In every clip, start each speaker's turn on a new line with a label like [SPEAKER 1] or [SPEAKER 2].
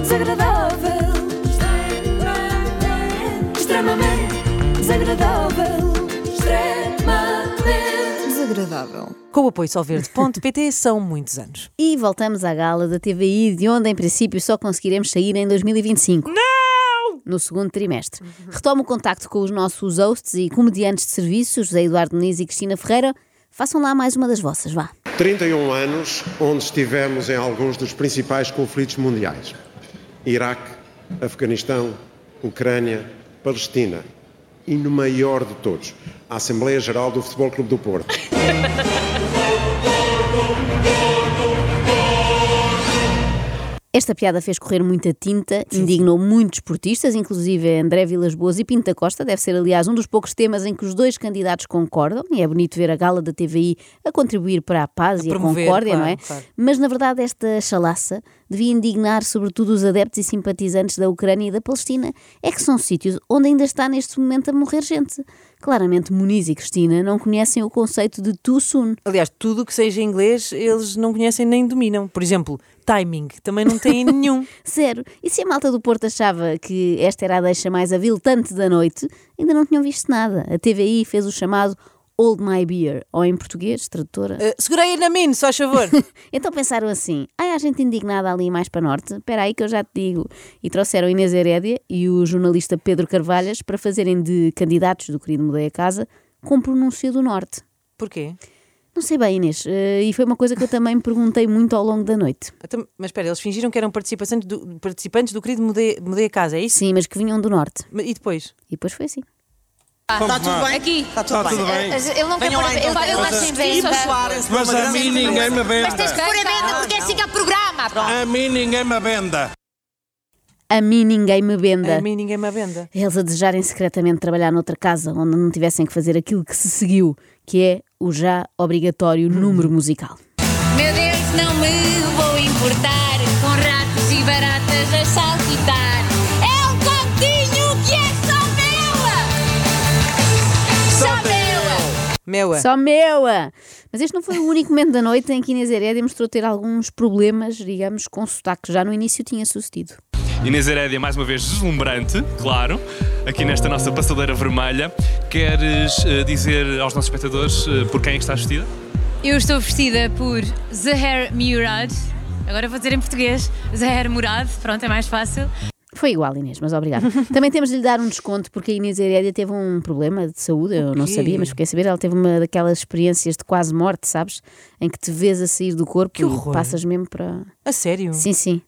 [SPEAKER 1] desagradável. Extremamente desagradável. Extremamente desagradável.
[SPEAKER 2] Com o apoio solverde.pt são muitos anos.
[SPEAKER 3] E voltamos à gala da TVI, de onde em princípio só conseguiremos sair em 2025.
[SPEAKER 2] Não!
[SPEAKER 3] No segundo trimestre. Retomo o contacto com os nossos hosts e comediantes de serviço, José Eduardo Diniz e Cristina Ferreira. Façam lá mais uma das vossas, vá.
[SPEAKER 4] 31 anos onde estivemos em alguns dos principais conflitos mundiais: Iraque, Afeganistão, Ucrânia, Palestina. E no maior de todos, a Assembleia Geral do Futebol Clube do Porto.
[SPEAKER 3] Esta piada fez correr muita tinta, indignou muitos esportistas, inclusive André Vilas Boas e Pinta Costa. Deve ser, aliás, um dos poucos temas em que os dois candidatos concordam, e é bonito ver a gala da TVI a contribuir para a paz
[SPEAKER 2] A
[SPEAKER 3] e
[SPEAKER 2] promover,
[SPEAKER 3] a concórdia, não é?
[SPEAKER 2] claro, claro.
[SPEAKER 3] Mas, na verdade, esta chalaça devia indignar, sobretudo, os adeptos e simpatizantes da Ucrânia e da Palestina. É que são sítios onde ainda está, neste momento, a morrer gente. Claramente, Muniz e Cristina não conhecem o conceito de too soon.
[SPEAKER 2] Aliás, tudo o que seja inglês eles não conhecem nem dominam. Por exemplo, timing também não têm nenhum.
[SPEAKER 3] Zero. E se a malta do Porto achava que esta era a deixa mais aviltante da noite, ainda não tinham visto nada. A TVI fez o chamado Old My Beer, ou em português, tradutora.
[SPEAKER 2] Eh, segurei aí na mim, só a favor.
[SPEAKER 3] Então pensaram assim: ai, há gente indignada ali mais para norte, espera aí que eu já te digo. E trouxeram Inês Herédia e o jornalista Pedro Carvalhas para fazerem de candidatos do querido Mudei a Casa com pronúncia do norte.
[SPEAKER 2] Porquê?
[SPEAKER 3] Não sei bem, Inês, eh, e foi uma coisa que eu também me perguntei muito ao longo da noite.
[SPEAKER 2] Então, mas espera, eles fingiram que eram participantes do, participantes do querido Mudei, Mudei a Casa, é isso?
[SPEAKER 3] Sim, mas que vinham do norte.
[SPEAKER 2] E depois?
[SPEAKER 3] E depois foi assim.
[SPEAKER 5] Tá
[SPEAKER 6] Está Tá tudo bem?
[SPEAKER 7] Aqui.
[SPEAKER 6] Está Tá tudo bem? então,
[SPEAKER 7] Eu não quero pôr. Eu eu
[SPEAKER 6] todas.
[SPEAKER 7] acho inventa.
[SPEAKER 6] Mas a mim ninguém me
[SPEAKER 7] Mas tens
[SPEAKER 6] venda.
[SPEAKER 7] que pôr a venda porque é assim que há programa.
[SPEAKER 6] A mim ninguém me venda.
[SPEAKER 3] A mim ninguém me benda.
[SPEAKER 2] A mim ninguém me venda.
[SPEAKER 3] Eles a desejarem secretamente trabalhar noutra casa onde não tivessem que fazer aquilo que se seguiu, que é o já obrigatório
[SPEAKER 2] Uhum.
[SPEAKER 3] número musical.
[SPEAKER 7] Meu Deus, não me vou importar com ratos e baratas a saltitar. É um cantinho que é só meu! Só meu!
[SPEAKER 2] Meua.
[SPEAKER 3] Só meua! Mas este não foi o único momento da noite em que Inês Herédia mostrou ter alguns problemas, digamos, com sotaque. Já no início tinha sucedido.
[SPEAKER 8] Inês Herédia, mais uma vez deslumbrante, claro, aqui nesta nossa passadeira vermelha. Queres eh, dizer aos nossos espectadores eh, por quem é que estás vestida?
[SPEAKER 9] Eu estou vestida por Zaher Murad. Agora vou dizer em português. Zaher Murad. Pronto, é mais fácil.
[SPEAKER 3] Foi igual, Inês, mas obrigada. Também temos de lhe dar um desconto porque a Inês Herédia teve um problema de saúde, eu não
[SPEAKER 2] quê?
[SPEAKER 3] sabia, mas fiquei a saber. Ela teve uma daquelas experiências de quase morte, sabes? Em que te vês a sair do corpo e
[SPEAKER 2] horror.
[SPEAKER 3] passas mesmo para.
[SPEAKER 2] A sério?
[SPEAKER 3] Sim, sim.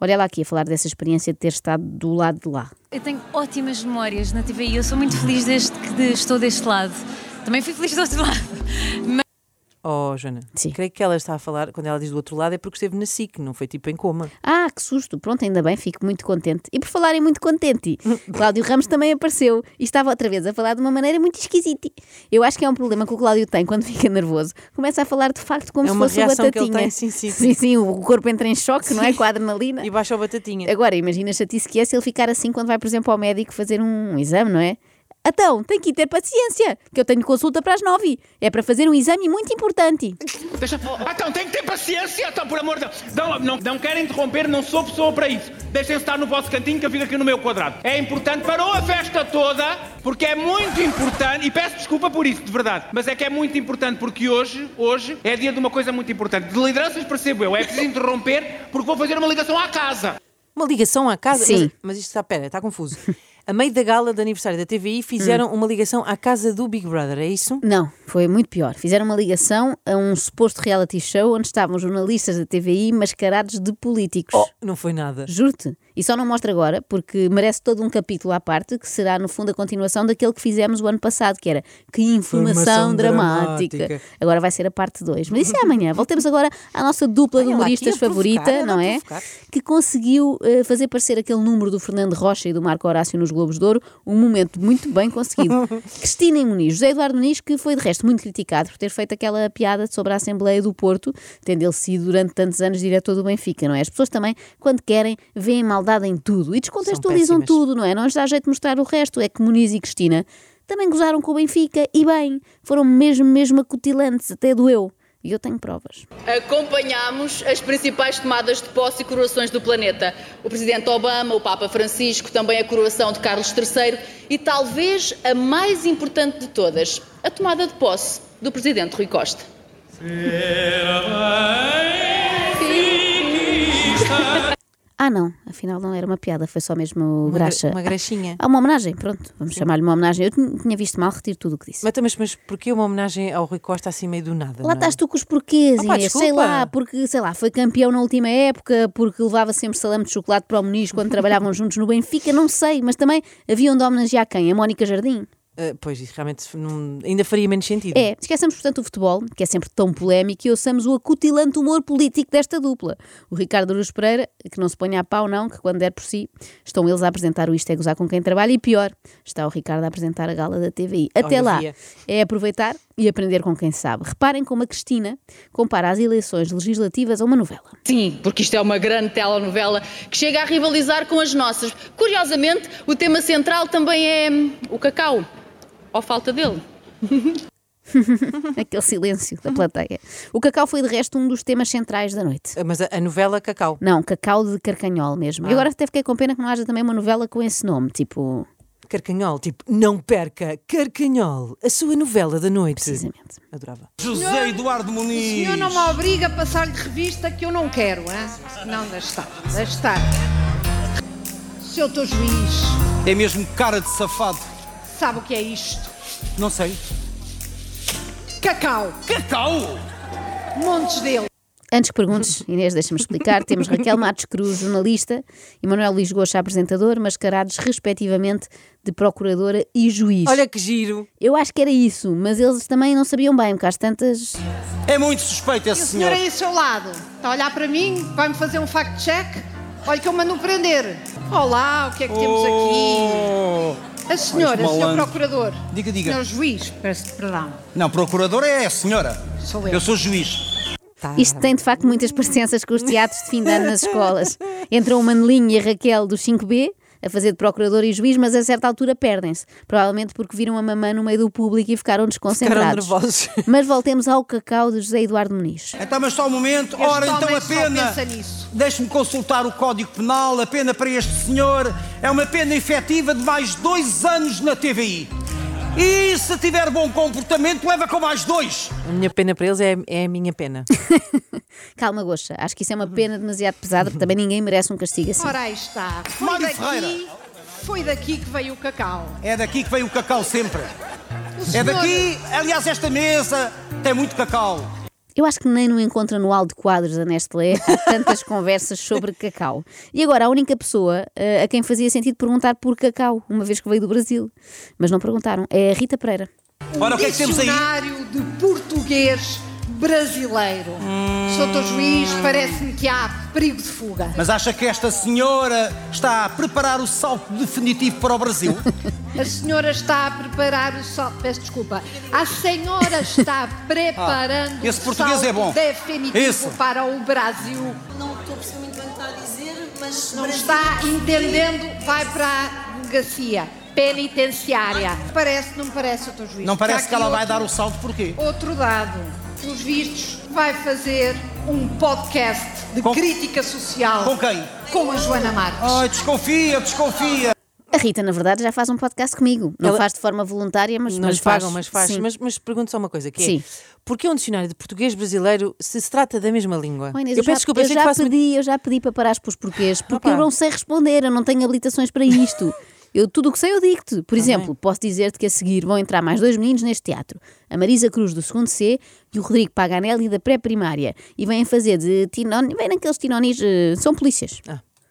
[SPEAKER 3] Olha ela aqui a falar dessa experiência de ter estado do lado de lá.
[SPEAKER 9] Eu tenho ótimas memórias na TVI. Eu sou muito feliz desde que de- estou deste lado. Também fui feliz do outro lado. Mas
[SPEAKER 2] Oh, Joana,
[SPEAKER 3] Sim.
[SPEAKER 2] creio que ela está a falar, quando ela diz do outro lado, é porque esteve na SIC, não foi tipo em coma.
[SPEAKER 3] Ah, que susto! Pronto, ainda bem, fico muito contente. E por falarem muito contente, Cláudio Ramos também apareceu e estava outra vez a falar de uma maneira muito esquisita. Eu acho que é um problema que o Cláudio tem quando fica nervoso. Começa a falar de facto como
[SPEAKER 2] É
[SPEAKER 3] se
[SPEAKER 2] uma
[SPEAKER 3] fosse o
[SPEAKER 2] reação que ele
[SPEAKER 3] batatinha.
[SPEAKER 2] tem, sim, sim.
[SPEAKER 3] sim, sim, o corpo entra em choque, não é? Com a adrenalina.
[SPEAKER 2] E baixa o batatinha.
[SPEAKER 3] Agora, imagina a chatice que é se ele ficar assim quando vai, por exemplo, ao médico fazer um exame, não é? Então, tem que ir ter paciência, que eu tenho consulta para as nove. É para fazer um exame muito importante.
[SPEAKER 10] Deixa. Ah, então tem que ter paciência, então, por amor de Deus. Não, não, não quero interromper, não sou pessoa para isso. Deixem-se estar no vosso cantinho que eu fico aqui no meu quadrado. É importante, parou a festa toda, porque é muito importante, e peço desculpa por isso, de verdade, mas é que é muito importante porque hoje, hoje, é dia de uma coisa muito importante. De lideranças percebo eu, é preciso interromper porque vou fazer uma ligação à casa.
[SPEAKER 2] Uma ligação à casa.
[SPEAKER 3] Sim.
[SPEAKER 2] Mas, mas isto está, pera, está confuso. A meio da gala de aniversário da TVI fizeram uma ligação à casa do Big Brother, é isso?
[SPEAKER 3] Não, foi muito pior. Fizeram uma ligação a um suposto reality show onde estavam jornalistas da TVI mascarados de políticos.
[SPEAKER 2] Não foi nada.
[SPEAKER 3] Juro-te. E só não mostra agora, porque merece todo um capítulo à parte, que será, no fundo, a continuação daquele que fizemos o ano passado, que era Que Informação
[SPEAKER 2] Informação
[SPEAKER 3] Dramática.
[SPEAKER 2] dramática.
[SPEAKER 3] Agora vai ser a parte 2. Mas isso é amanhã. Voltemos agora à nossa dupla de
[SPEAKER 2] Olha lá,
[SPEAKER 3] humoristas
[SPEAKER 2] aqui a provocar,
[SPEAKER 3] favorita,
[SPEAKER 2] ela
[SPEAKER 3] não
[SPEAKER 2] a
[SPEAKER 3] é?
[SPEAKER 2] provocar.
[SPEAKER 3] Que conseguiu eh, fazer parecer aquele número do Fernando Rocha e do Marco Horácio nos Globos de Ouro, um momento muito bem conseguido. Cristina e Muniz, José Eduardo Muniz, que foi de resto muito criticado por ter feito aquela piada sobre a Assembleia do Porto, tendo ele sido durante tantos anos diretor do Benfica, não é? As pessoas também, quando querem, veem maldade em tudo e descontextualizam
[SPEAKER 2] péssimas.
[SPEAKER 3] tudo, não é? Não lhes dá jeito de mostrar o resto, é que Muniz e Cristina também gozaram com o Benfica e bem, foram mesmo, mesmo acutilantes, até doeu. E eu tenho provas.
[SPEAKER 11] Acompanhamos as principais tomadas de posse e coroações do planeta. O presidente Obama, o Papa Francisco, também a coroação de Carlos III e talvez a mais importante de todas, a tomada de posse do presidente Rui Costa.
[SPEAKER 3] Ah, não, afinal não era uma piada, foi só mesmo
[SPEAKER 2] gra-
[SPEAKER 3] graxa.
[SPEAKER 2] uma graxinha.
[SPEAKER 3] Há uma homenagem, pronto, vamos chamar-lhe uma homenagem. Eu tin- tinha visto mal, retiro tudo o que disse.
[SPEAKER 2] Mas, mas, mas porquê uma homenagem ao Rui Costa assim meio do nada? não
[SPEAKER 3] Lá
[SPEAKER 2] é?
[SPEAKER 3] estás tu com os porquês,
[SPEAKER 2] Opa,
[SPEAKER 3] Inês. Sei
[SPEAKER 2] desculpa.
[SPEAKER 3] lá, porque, sei lá, foi campeão na última época, porque levava sempre salame de chocolate para o Muniz quando trabalhavam juntos no Benfica, não sei, mas também haviam de homenagear quem? A Mónica Jardim?
[SPEAKER 2] Ah, pois, isso realmente se não- ainda faria menos sentido.
[SPEAKER 3] É, esqueçamos, portanto, o futebol, que é sempre tão polémico, e ouçamos o acutilante humor político desta dupla. O Ricardo Aruz Pereira, que não se ponha a pau, não, que quando der por si, estão eles a apresentar o Isto é Gozar com quem trabalha, e pior, está o Ricardo a apresentar a gala da TVI. Até
[SPEAKER 2] eu
[SPEAKER 3] lá,
[SPEAKER 2] via.
[SPEAKER 3] é aproveitar e aprender com quem sabe. Reparem como a Cristina compara as eleições legislativas a uma novela.
[SPEAKER 11] Sim, porque isto é uma grande telenovela que chega a rivalizar com as nossas. Curiosamente, o tema central também é hum, o cacau, ou falta dele.
[SPEAKER 3] Aquele silêncio da plateia. O cacau foi, de resto, um dos temas centrais da noite.
[SPEAKER 2] Ah, Mas a, a novela Cacau.
[SPEAKER 3] Não, cacau de carcanhol mesmo. E agora até fiquei com pena que não haja também uma novela com esse nome, tipo...
[SPEAKER 2] Carcanhol, tipo, não perca Carcanhol, a sua novela da noite.
[SPEAKER 3] Precisamente.
[SPEAKER 2] Adorava.
[SPEAKER 6] José Eduardo Muniz.
[SPEAKER 5] senhor não me obriga a passar-lhe revista que eu não quero, hein? não, deixe estar, deixe estar. Seu teu juiz,
[SPEAKER 6] É mesmo cara de safado.
[SPEAKER 5] sabe o que é isto?
[SPEAKER 6] Não sei.
[SPEAKER 5] Cacau,
[SPEAKER 6] Cacau!
[SPEAKER 5] montes dele.
[SPEAKER 3] Antes que perguntes, Inês, deixa-me explicar. Temos Raquel Matos Cruz, jornalista, e Manuel Luís Goxa, apresentador, mascarados respectivamente de procuradora e juiz.
[SPEAKER 2] Olha que giro.
[SPEAKER 3] Eu acho que era isso, mas eles também não sabiam bem, porque às tantas.
[SPEAKER 6] É muito suspeito
[SPEAKER 5] E
[SPEAKER 6] esse
[SPEAKER 5] o
[SPEAKER 6] senhor.
[SPEAKER 5] senhor aí ao seu lado, está a olhar para mim, vai-me fazer um fact-check? Olha que eu mando prender. Olá, o que é que temos aqui?
[SPEAKER 6] Oh.
[SPEAKER 5] A senhora,
[SPEAKER 6] Olha,
[SPEAKER 5] senhor
[SPEAKER 6] malandro.
[SPEAKER 5] procurador.
[SPEAKER 6] Diga, diga.
[SPEAKER 5] Senhor juiz, peço perdão.
[SPEAKER 6] Não, procurador é a senhora.
[SPEAKER 5] Sou eu.
[SPEAKER 6] Eu sou juiz.
[SPEAKER 2] Tá.
[SPEAKER 3] Isto tem de facto muitas parecenças com os teatros de fim de ano nas escolas. Entram o Manelinho e a Raquel do 5B a fazer de procurador e juiz, mas a certa altura perdem-se. Provavelmente porque viram a mamã no meio do público e ficaram
[SPEAKER 2] Ficaram
[SPEAKER 3] desconcentrados.
[SPEAKER 2] nervosos.
[SPEAKER 3] mas voltemos ao cacau de José Eduardo Muniz.
[SPEAKER 6] Então, mas só um momento.
[SPEAKER 5] Este
[SPEAKER 6] Ora,
[SPEAKER 5] homem
[SPEAKER 6] então a
[SPEAKER 5] só
[SPEAKER 6] pena.
[SPEAKER 5] pensa nisso.
[SPEAKER 6] Deixe-me consultar o Código Penal. A pena para este senhor é uma pena efetiva de mais dois anos na TVI. E se tiver bom comportamento, leva com mais dois.
[SPEAKER 2] A minha pena para eles é, é a minha pena.
[SPEAKER 3] Calma, Goxa, acho que isso é uma pena demasiado pesada, porque também ninguém merece um castigo assim.
[SPEAKER 5] Ora aí está. Foi
[SPEAKER 6] Mário
[SPEAKER 5] daqui,
[SPEAKER 6] Ferreira.
[SPEAKER 5] foi daqui que veio o cacau.
[SPEAKER 6] É daqui que vem o cacau sempre.
[SPEAKER 5] O
[SPEAKER 6] É
[SPEAKER 5] senhor-
[SPEAKER 6] daqui, aliás, esta mesa tem muito cacau.
[SPEAKER 3] Eu acho que nem no encontro anual de quadros da Nestlé há tantas conversas sobre cacau. E agora, a única pessoa eh, a quem fazia sentido perguntar por cacau, uma vez que veio do Brasil. Mas não perguntaram, é a Rita Pereira.
[SPEAKER 6] Ora, o que é que temos aí?
[SPEAKER 5] Um Dicionário de português brasileiro. Sr. Doutor Juiz,
[SPEAKER 6] Hum.
[SPEAKER 5] parece-me que há perigo de fuga.
[SPEAKER 6] Mas acha que esta senhora está a preparar o salto definitivo para o Brasil?
[SPEAKER 5] A senhora está a preparar o salto. Peço desculpa. A senhora está preparando
[SPEAKER 6] esse
[SPEAKER 5] o
[SPEAKER 6] português
[SPEAKER 5] salto
[SPEAKER 6] é bom.
[SPEAKER 5] definitivo
[SPEAKER 6] Esse.
[SPEAKER 5] para o Brasil.
[SPEAKER 1] Não estou a perceber muito bem o que está a dizer, mas. é
[SPEAKER 5] Não está entendendo, vai para a delegacia penitenciária.
[SPEAKER 6] Ah,
[SPEAKER 5] Parece, não parece, Doutor Juiz.
[SPEAKER 6] Não
[SPEAKER 5] Está
[SPEAKER 6] parece que
[SPEAKER 5] aqui
[SPEAKER 6] ela vai
[SPEAKER 5] outro-
[SPEAKER 6] dar o salto porquê?
[SPEAKER 5] Outro dado, pelos vistos, vai fazer um podcast de
[SPEAKER 6] Com-
[SPEAKER 5] crítica social
[SPEAKER 6] Com quem?
[SPEAKER 5] com a Joana Marques.
[SPEAKER 6] Ai, desconfia, desconfia.
[SPEAKER 3] A Rita, na verdade, já faz um podcast comigo. Não
[SPEAKER 2] Ela-
[SPEAKER 3] faz de forma voluntária, mas,
[SPEAKER 2] Não
[SPEAKER 3] mas
[SPEAKER 2] lhes pagam,
[SPEAKER 3] faz.
[SPEAKER 2] mas faz.
[SPEAKER 3] Sim.
[SPEAKER 2] Mas, mas pergunto só uma coisa: que
[SPEAKER 3] Sim.
[SPEAKER 2] é, porquê um dicionário de português brasileiro se se trata da mesma língua?
[SPEAKER 3] Oh, Inês,
[SPEAKER 2] eu peço
[SPEAKER 3] já,
[SPEAKER 2] desculpa,
[SPEAKER 3] eu
[SPEAKER 2] sei
[SPEAKER 3] já
[SPEAKER 2] que faço
[SPEAKER 3] pedi,
[SPEAKER 2] muito-
[SPEAKER 3] eu já pedi para parares para os porquês, porque
[SPEAKER 2] Opa.
[SPEAKER 3] eu não sei responder, eu não tenho habilitações para isto. Eu tudo o que sei eu digo-te.
[SPEAKER 2] Tá
[SPEAKER 3] Por exemplo, posso dizer-te que a seguir vão entrar mais dois meninos neste teatro, a Marisa Cruz do segundo C e o Rodrigo Paganelli da pré-primária, e vêm fazer de tinoni, vêm naqueles tinonis, eh, são polícias.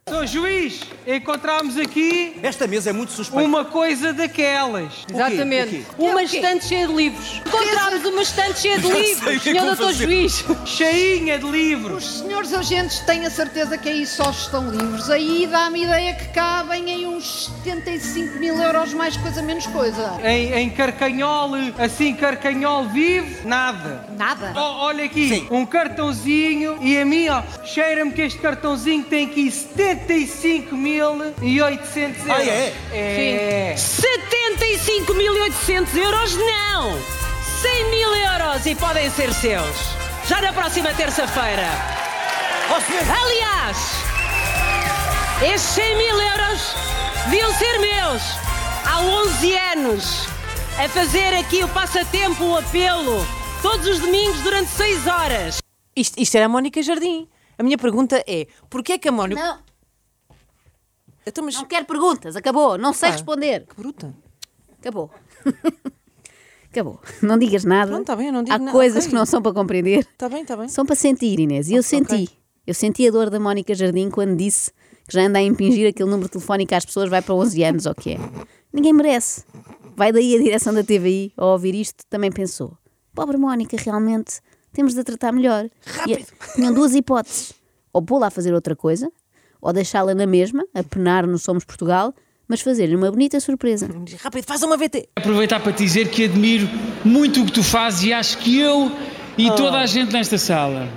[SPEAKER 10] Sou juiz, encontramos aqui
[SPEAKER 6] Esta mesa é muito suspeita.
[SPEAKER 10] uma coisa daquelas.
[SPEAKER 6] Exatamente.
[SPEAKER 5] Uma estante
[SPEAKER 11] cheia de livros. Encontramos uma estante cheia de
[SPEAKER 6] é
[SPEAKER 11] livros, senhor doutor juiz.
[SPEAKER 10] Cheinha de livros.
[SPEAKER 5] Os senhores agentes têm a certeza que aí só estão livres. Aí dá-me ideia que cabem em uns 75 mil euros mais coisa, menos coisa.
[SPEAKER 10] Em, em carcanhol, assim, carcanhol vivo, nada.
[SPEAKER 5] Nada.
[SPEAKER 10] Ó, olha aqui,
[SPEAKER 6] Sim.
[SPEAKER 10] um cartãozinho e a mim, ó, cheira-me que este cartãozinho tem aqui 75.800 euros.
[SPEAKER 6] Ah, é?
[SPEAKER 10] É.
[SPEAKER 11] 75.800 euros, não! 100 mil euros e podem ser seus.
[SPEAKER 12] já na próxima terça-feira. Aliás, estes 100 mil euros deviam ser meus há 11 anos, a fazer aqui o passatempo, o apelo, todos os domingos durante 6 horas.
[SPEAKER 2] Isto, isto era a Mónica Jardim. A minha pergunta é: porquê é que a Mónica.
[SPEAKER 3] Não.
[SPEAKER 2] Não
[SPEAKER 3] quero perguntas, acabou. Não sei
[SPEAKER 2] Ah,
[SPEAKER 3] responder.
[SPEAKER 2] Que bruta.
[SPEAKER 3] Acabou. acabou. Não digas nada.
[SPEAKER 2] Pronto, tá bem, eu não digo
[SPEAKER 3] Há
[SPEAKER 2] nada,
[SPEAKER 3] coisas
[SPEAKER 2] ok.
[SPEAKER 3] que não são para compreender.
[SPEAKER 2] Está Tá bem, está bem.
[SPEAKER 3] São para sentir, Inês. E eu senti. Eu senti a dor da Mónica Jardim quando disse que já anda a impingir aquele número telefónico às pessoas, vai para 11 anos ou o que é. Ninguém merece. Vai daí a direção da TVI, ao ouvir isto, também pensou. Pobre Mónica, realmente, temos de a tratar melhor. Rápido! tinham duas hipóteses. Ou pô-la a fazer outra coisa, ou deixá-la na mesma, a penar no Somos Portugal, mas fazer-lhe uma bonita surpresa.
[SPEAKER 2] Rápido, faz uma VT.
[SPEAKER 13] Aproveitar para te dizer que admiro muito o que tu fazes e acho que eu e
[SPEAKER 14] Oh.
[SPEAKER 13] toda a gente nesta sala.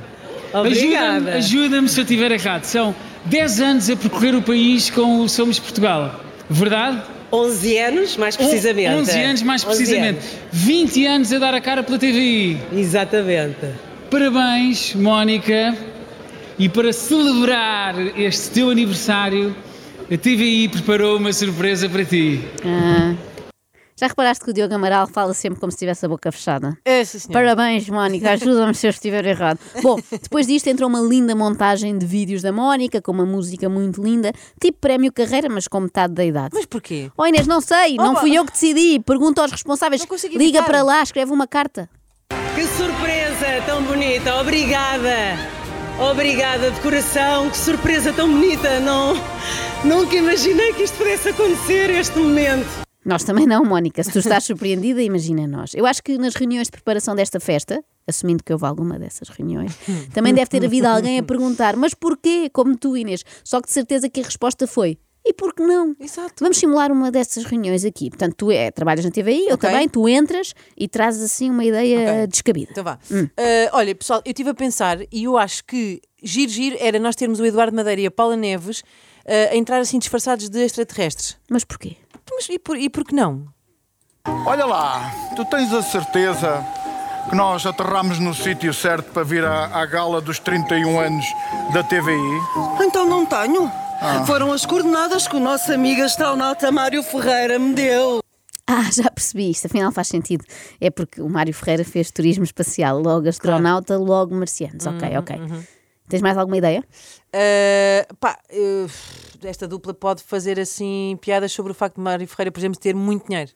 [SPEAKER 13] Ajuda-me
[SPEAKER 14] Obrigada.
[SPEAKER 13] ajuda-me se eu tiver errado. São 10 anos a percorrer o país com o Somos Portugal. Verdade?
[SPEAKER 12] 11 anos, mais precisamente.
[SPEAKER 13] 11 anos, mais
[SPEAKER 12] 11
[SPEAKER 13] precisamente.
[SPEAKER 12] anos.
[SPEAKER 13] 20 anos a dar a cara pela TVI.
[SPEAKER 12] Exatamente.
[SPEAKER 13] Parabéns, Mónica. E para celebrar este teu aniversário, a TVI preparou uma surpresa para ti.
[SPEAKER 3] Ah. Já reparaste que o Diogo Amaral fala sempre como se tivesse a boca fechada?
[SPEAKER 2] É, sim, senhora.
[SPEAKER 3] Parabéns, Mónica, ajuda-me se eu estiver errado. Bom, depois disto entrou uma linda montagem de vídeos da Mónica, com uma música muito linda, tipo prémio carreira, mas com metade da idade. Mas
[SPEAKER 2] porquê?
[SPEAKER 3] Oh Inês, não sei, não
[SPEAKER 12] Opa.
[SPEAKER 3] fui eu que decidi. Pergunta aos responsáveis, liga
[SPEAKER 12] evitar.
[SPEAKER 3] para lá, escreve uma carta.
[SPEAKER 12] Que surpresa tão bonita, obrigada! Obrigada de coração, que surpresa tão bonita! Não, nunca imaginei que isto pudesse acontecer, este momento.
[SPEAKER 3] Nós também não, Mónica. Se tu estás surpreendida, imagina nós. Eu acho que nas reuniões de preparação desta festa, assumindo que houve alguma dessas reuniões, também deve ter havido alguém a perguntar, mas porquê? Como tu, Inês. Só que de certeza que a resposta foi. E por que não?
[SPEAKER 2] Exato.
[SPEAKER 3] Vamos simular uma dessas reuniões aqui. Portanto, tu é, trabalhas na TVI, eu também, tu entras e trazes assim uma ideia descabida.
[SPEAKER 2] Então vá.
[SPEAKER 3] Hum.
[SPEAKER 2] Ah, olha, pessoal, eu estive a pensar e eu acho que giro, giro era nós termos o Eduardo Madeira e a Paula Neves ah, a entrar assim disfarçados de extraterrestres.
[SPEAKER 3] Mas porquê?
[SPEAKER 2] Mas e por, e por que não?
[SPEAKER 15] Olha lá, tu tens a certeza que nós aterramos no sítio certo para vir à, à gala dos 31 anos da TVI?
[SPEAKER 12] Então não tenho.
[SPEAKER 15] Ah.
[SPEAKER 12] Foram as coordenadas que o nosso amigo astronauta Mário Ferreira me deu.
[SPEAKER 3] Ah, já percebi isto, afinal faz sentido. É porque o Mário Ferreira fez turismo espacial, logo astronauta, logo marcianos. ok,
[SPEAKER 2] Uhum,
[SPEAKER 3] ok.
[SPEAKER 2] uhum.
[SPEAKER 3] Tens mais alguma ideia?
[SPEAKER 2] Ah, pá, eh, esta dupla pode fazer assim piadas sobre o facto de Mário Ferreira, por exemplo, ter muito dinheiro.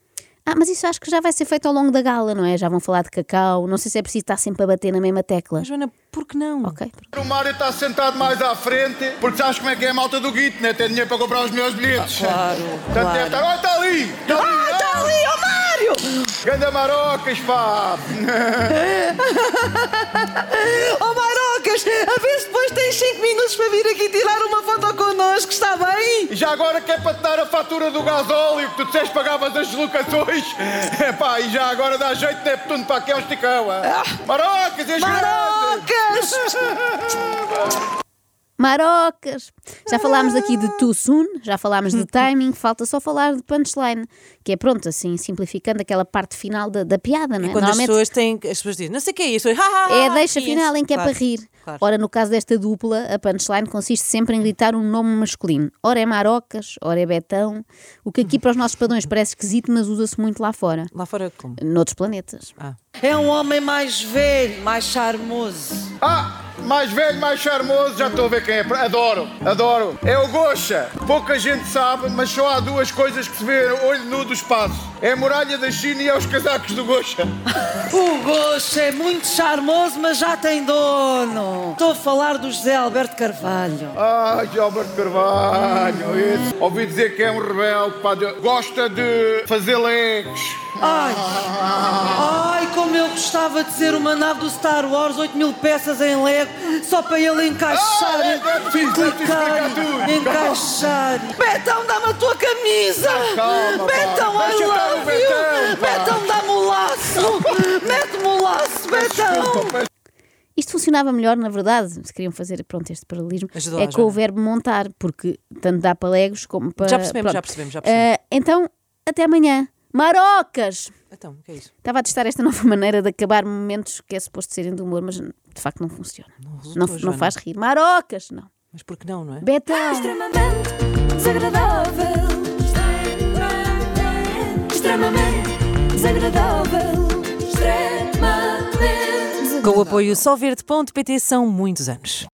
[SPEAKER 3] Ah, mas isso acho que já vai ser feito ao longo da gala, não é? Já vão falar de cacau, não sei se é preciso estar sempre a bater na mesma tecla.
[SPEAKER 2] Joana, por que não?
[SPEAKER 3] Ok.
[SPEAKER 15] O Mário está sentado mais à frente, porque sabes como é que é a malta do Guito, né? Tem dinheiro para comprar os melhores bilhetes.
[SPEAKER 12] Ah, claro,
[SPEAKER 15] Portanto,
[SPEAKER 12] claro.
[SPEAKER 15] deve estar, olha, está ali! Está ali! Ah, está ali,
[SPEAKER 12] ó Mário!
[SPEAKER 15] Ganda marocas, pá!
[SPEAKER 12] oh Marocas, a ver se depois tens 5 minutos para vir aqui tirar uma foto connosco, está bem?
[SPEAKER 15] E já agora que é para te dar a fatura do gasóleo que tu disseste que pagavas as locações. Epá, e já agora dá jeito de Neptuno para aqui é um esticão, ah. Marocas, és Marocas!
[SPEAKER 3] Marocas! Já falámos aqui de too soon, já falámos
[SPEAKER 2] Hum.
[SPEAKER 3] de timing, falta só falar de punchline, que é pronto, assim, simplificando aquela parte final da, da piada, não é?
[SPEAKER 2] Quando as
[SPEAKER 3] Normalmente
[SPEAKER 2] pessoas têm. As pessoas dizem, não sei o que é isso.
[SPEAKER 3] é a deixa final em que é para rir.
[SPEAKER 2] Claro.
[SPEAKER 3] Ora, no caso desta dupla, a punchline consiste sempre em gritar um nome masculino. Ora é Marocas, ora é Betão, o que aqui para os nossos padrões parece esquisito, mas usa-se muito lá fora.
[SPEAKER 2] Lá fora como? Ah.
[SPEAKER 3] Noutros planetas.
[SPEAKER 12] É um homem mais velho, mais charmoso.
[SPEAKER 15] Ah, mais velho, mais charmoso, já estou a ver quem é. Adoro, adoro. É o Gocha. Pouca gente sabe, mas só há duas coisas que se vê olho nu do espaço. É a muralha da China e é os casacos do Gocha.
[SPEAKER 12] O gosto é muito charmoso, mas já tem dono. Estou a falar do José Alberto Carvalho.
[SPEAKER 15] Ah, Gilberto Carvalho, esse. Ouvi dizer que é um rebelde, pá, de- gosta de fazer leques.
[SPEAKER 12] Ai, ai, como eu gostava de ser uma nave do Star Wars, 8 mil peças em Lego, só para ele
[SPEAKER 15] Ah, é,
[SPEAKER 12] encaixar, clicar, encaixar. Betão, dá-me a tua camisa!
[SPEAKER 15] Ah, Calma, pá.
[SPEAKER 12] Betão, I
[SPEAKER 15] Deixa estar o
[SPEAKER 12] love you!
[SPEAKER 15] Betão, pá.
[SPEAKER 12] Betão, dá-me o laço! Mete-me o laço, Betão!
[SPEAKER 3] Isto funcionava melhor, na verdade, se queriam fazer pronto, este paralelismo,
[SPEAKER 2] Ajudou,
[SPEAKER 3] é com
[SPEAKER 2] Joana.
[SPEAKER 3] o verbo montar, porque tanto dá para legos como para.
[SPEAKER 2] Já percebemos,
[SPEAKER 3] pronto.
[SPEAKER 2] já percebemos, já percebemos.
[SPEAKER 3] Ah, então, até amanhã. Marocas!
[SPEAKER 2] Então, o que é isso?
[SPEAKER 3] Estava a testar esta nova maneira de acabar momentos que é suposto serem de humor, mas de facto não funciona.
[SPEAKER 2] resultou,
[SPEAKER 3] Não, não
[SPEAKER 2] Joana.
[SPEAKER 3] faz rir. Marocas, não.
[SPEAKER 2] Mas porque não, não é?
[SPEAKER 9] Ah,
[SPEAKER 3] Betão!
[SPEAKER 9] Desagradável. Extremamente desagradável. Extremamente.
[SPEAKER 2] Com o apoio sóverde.pt são muitos anos.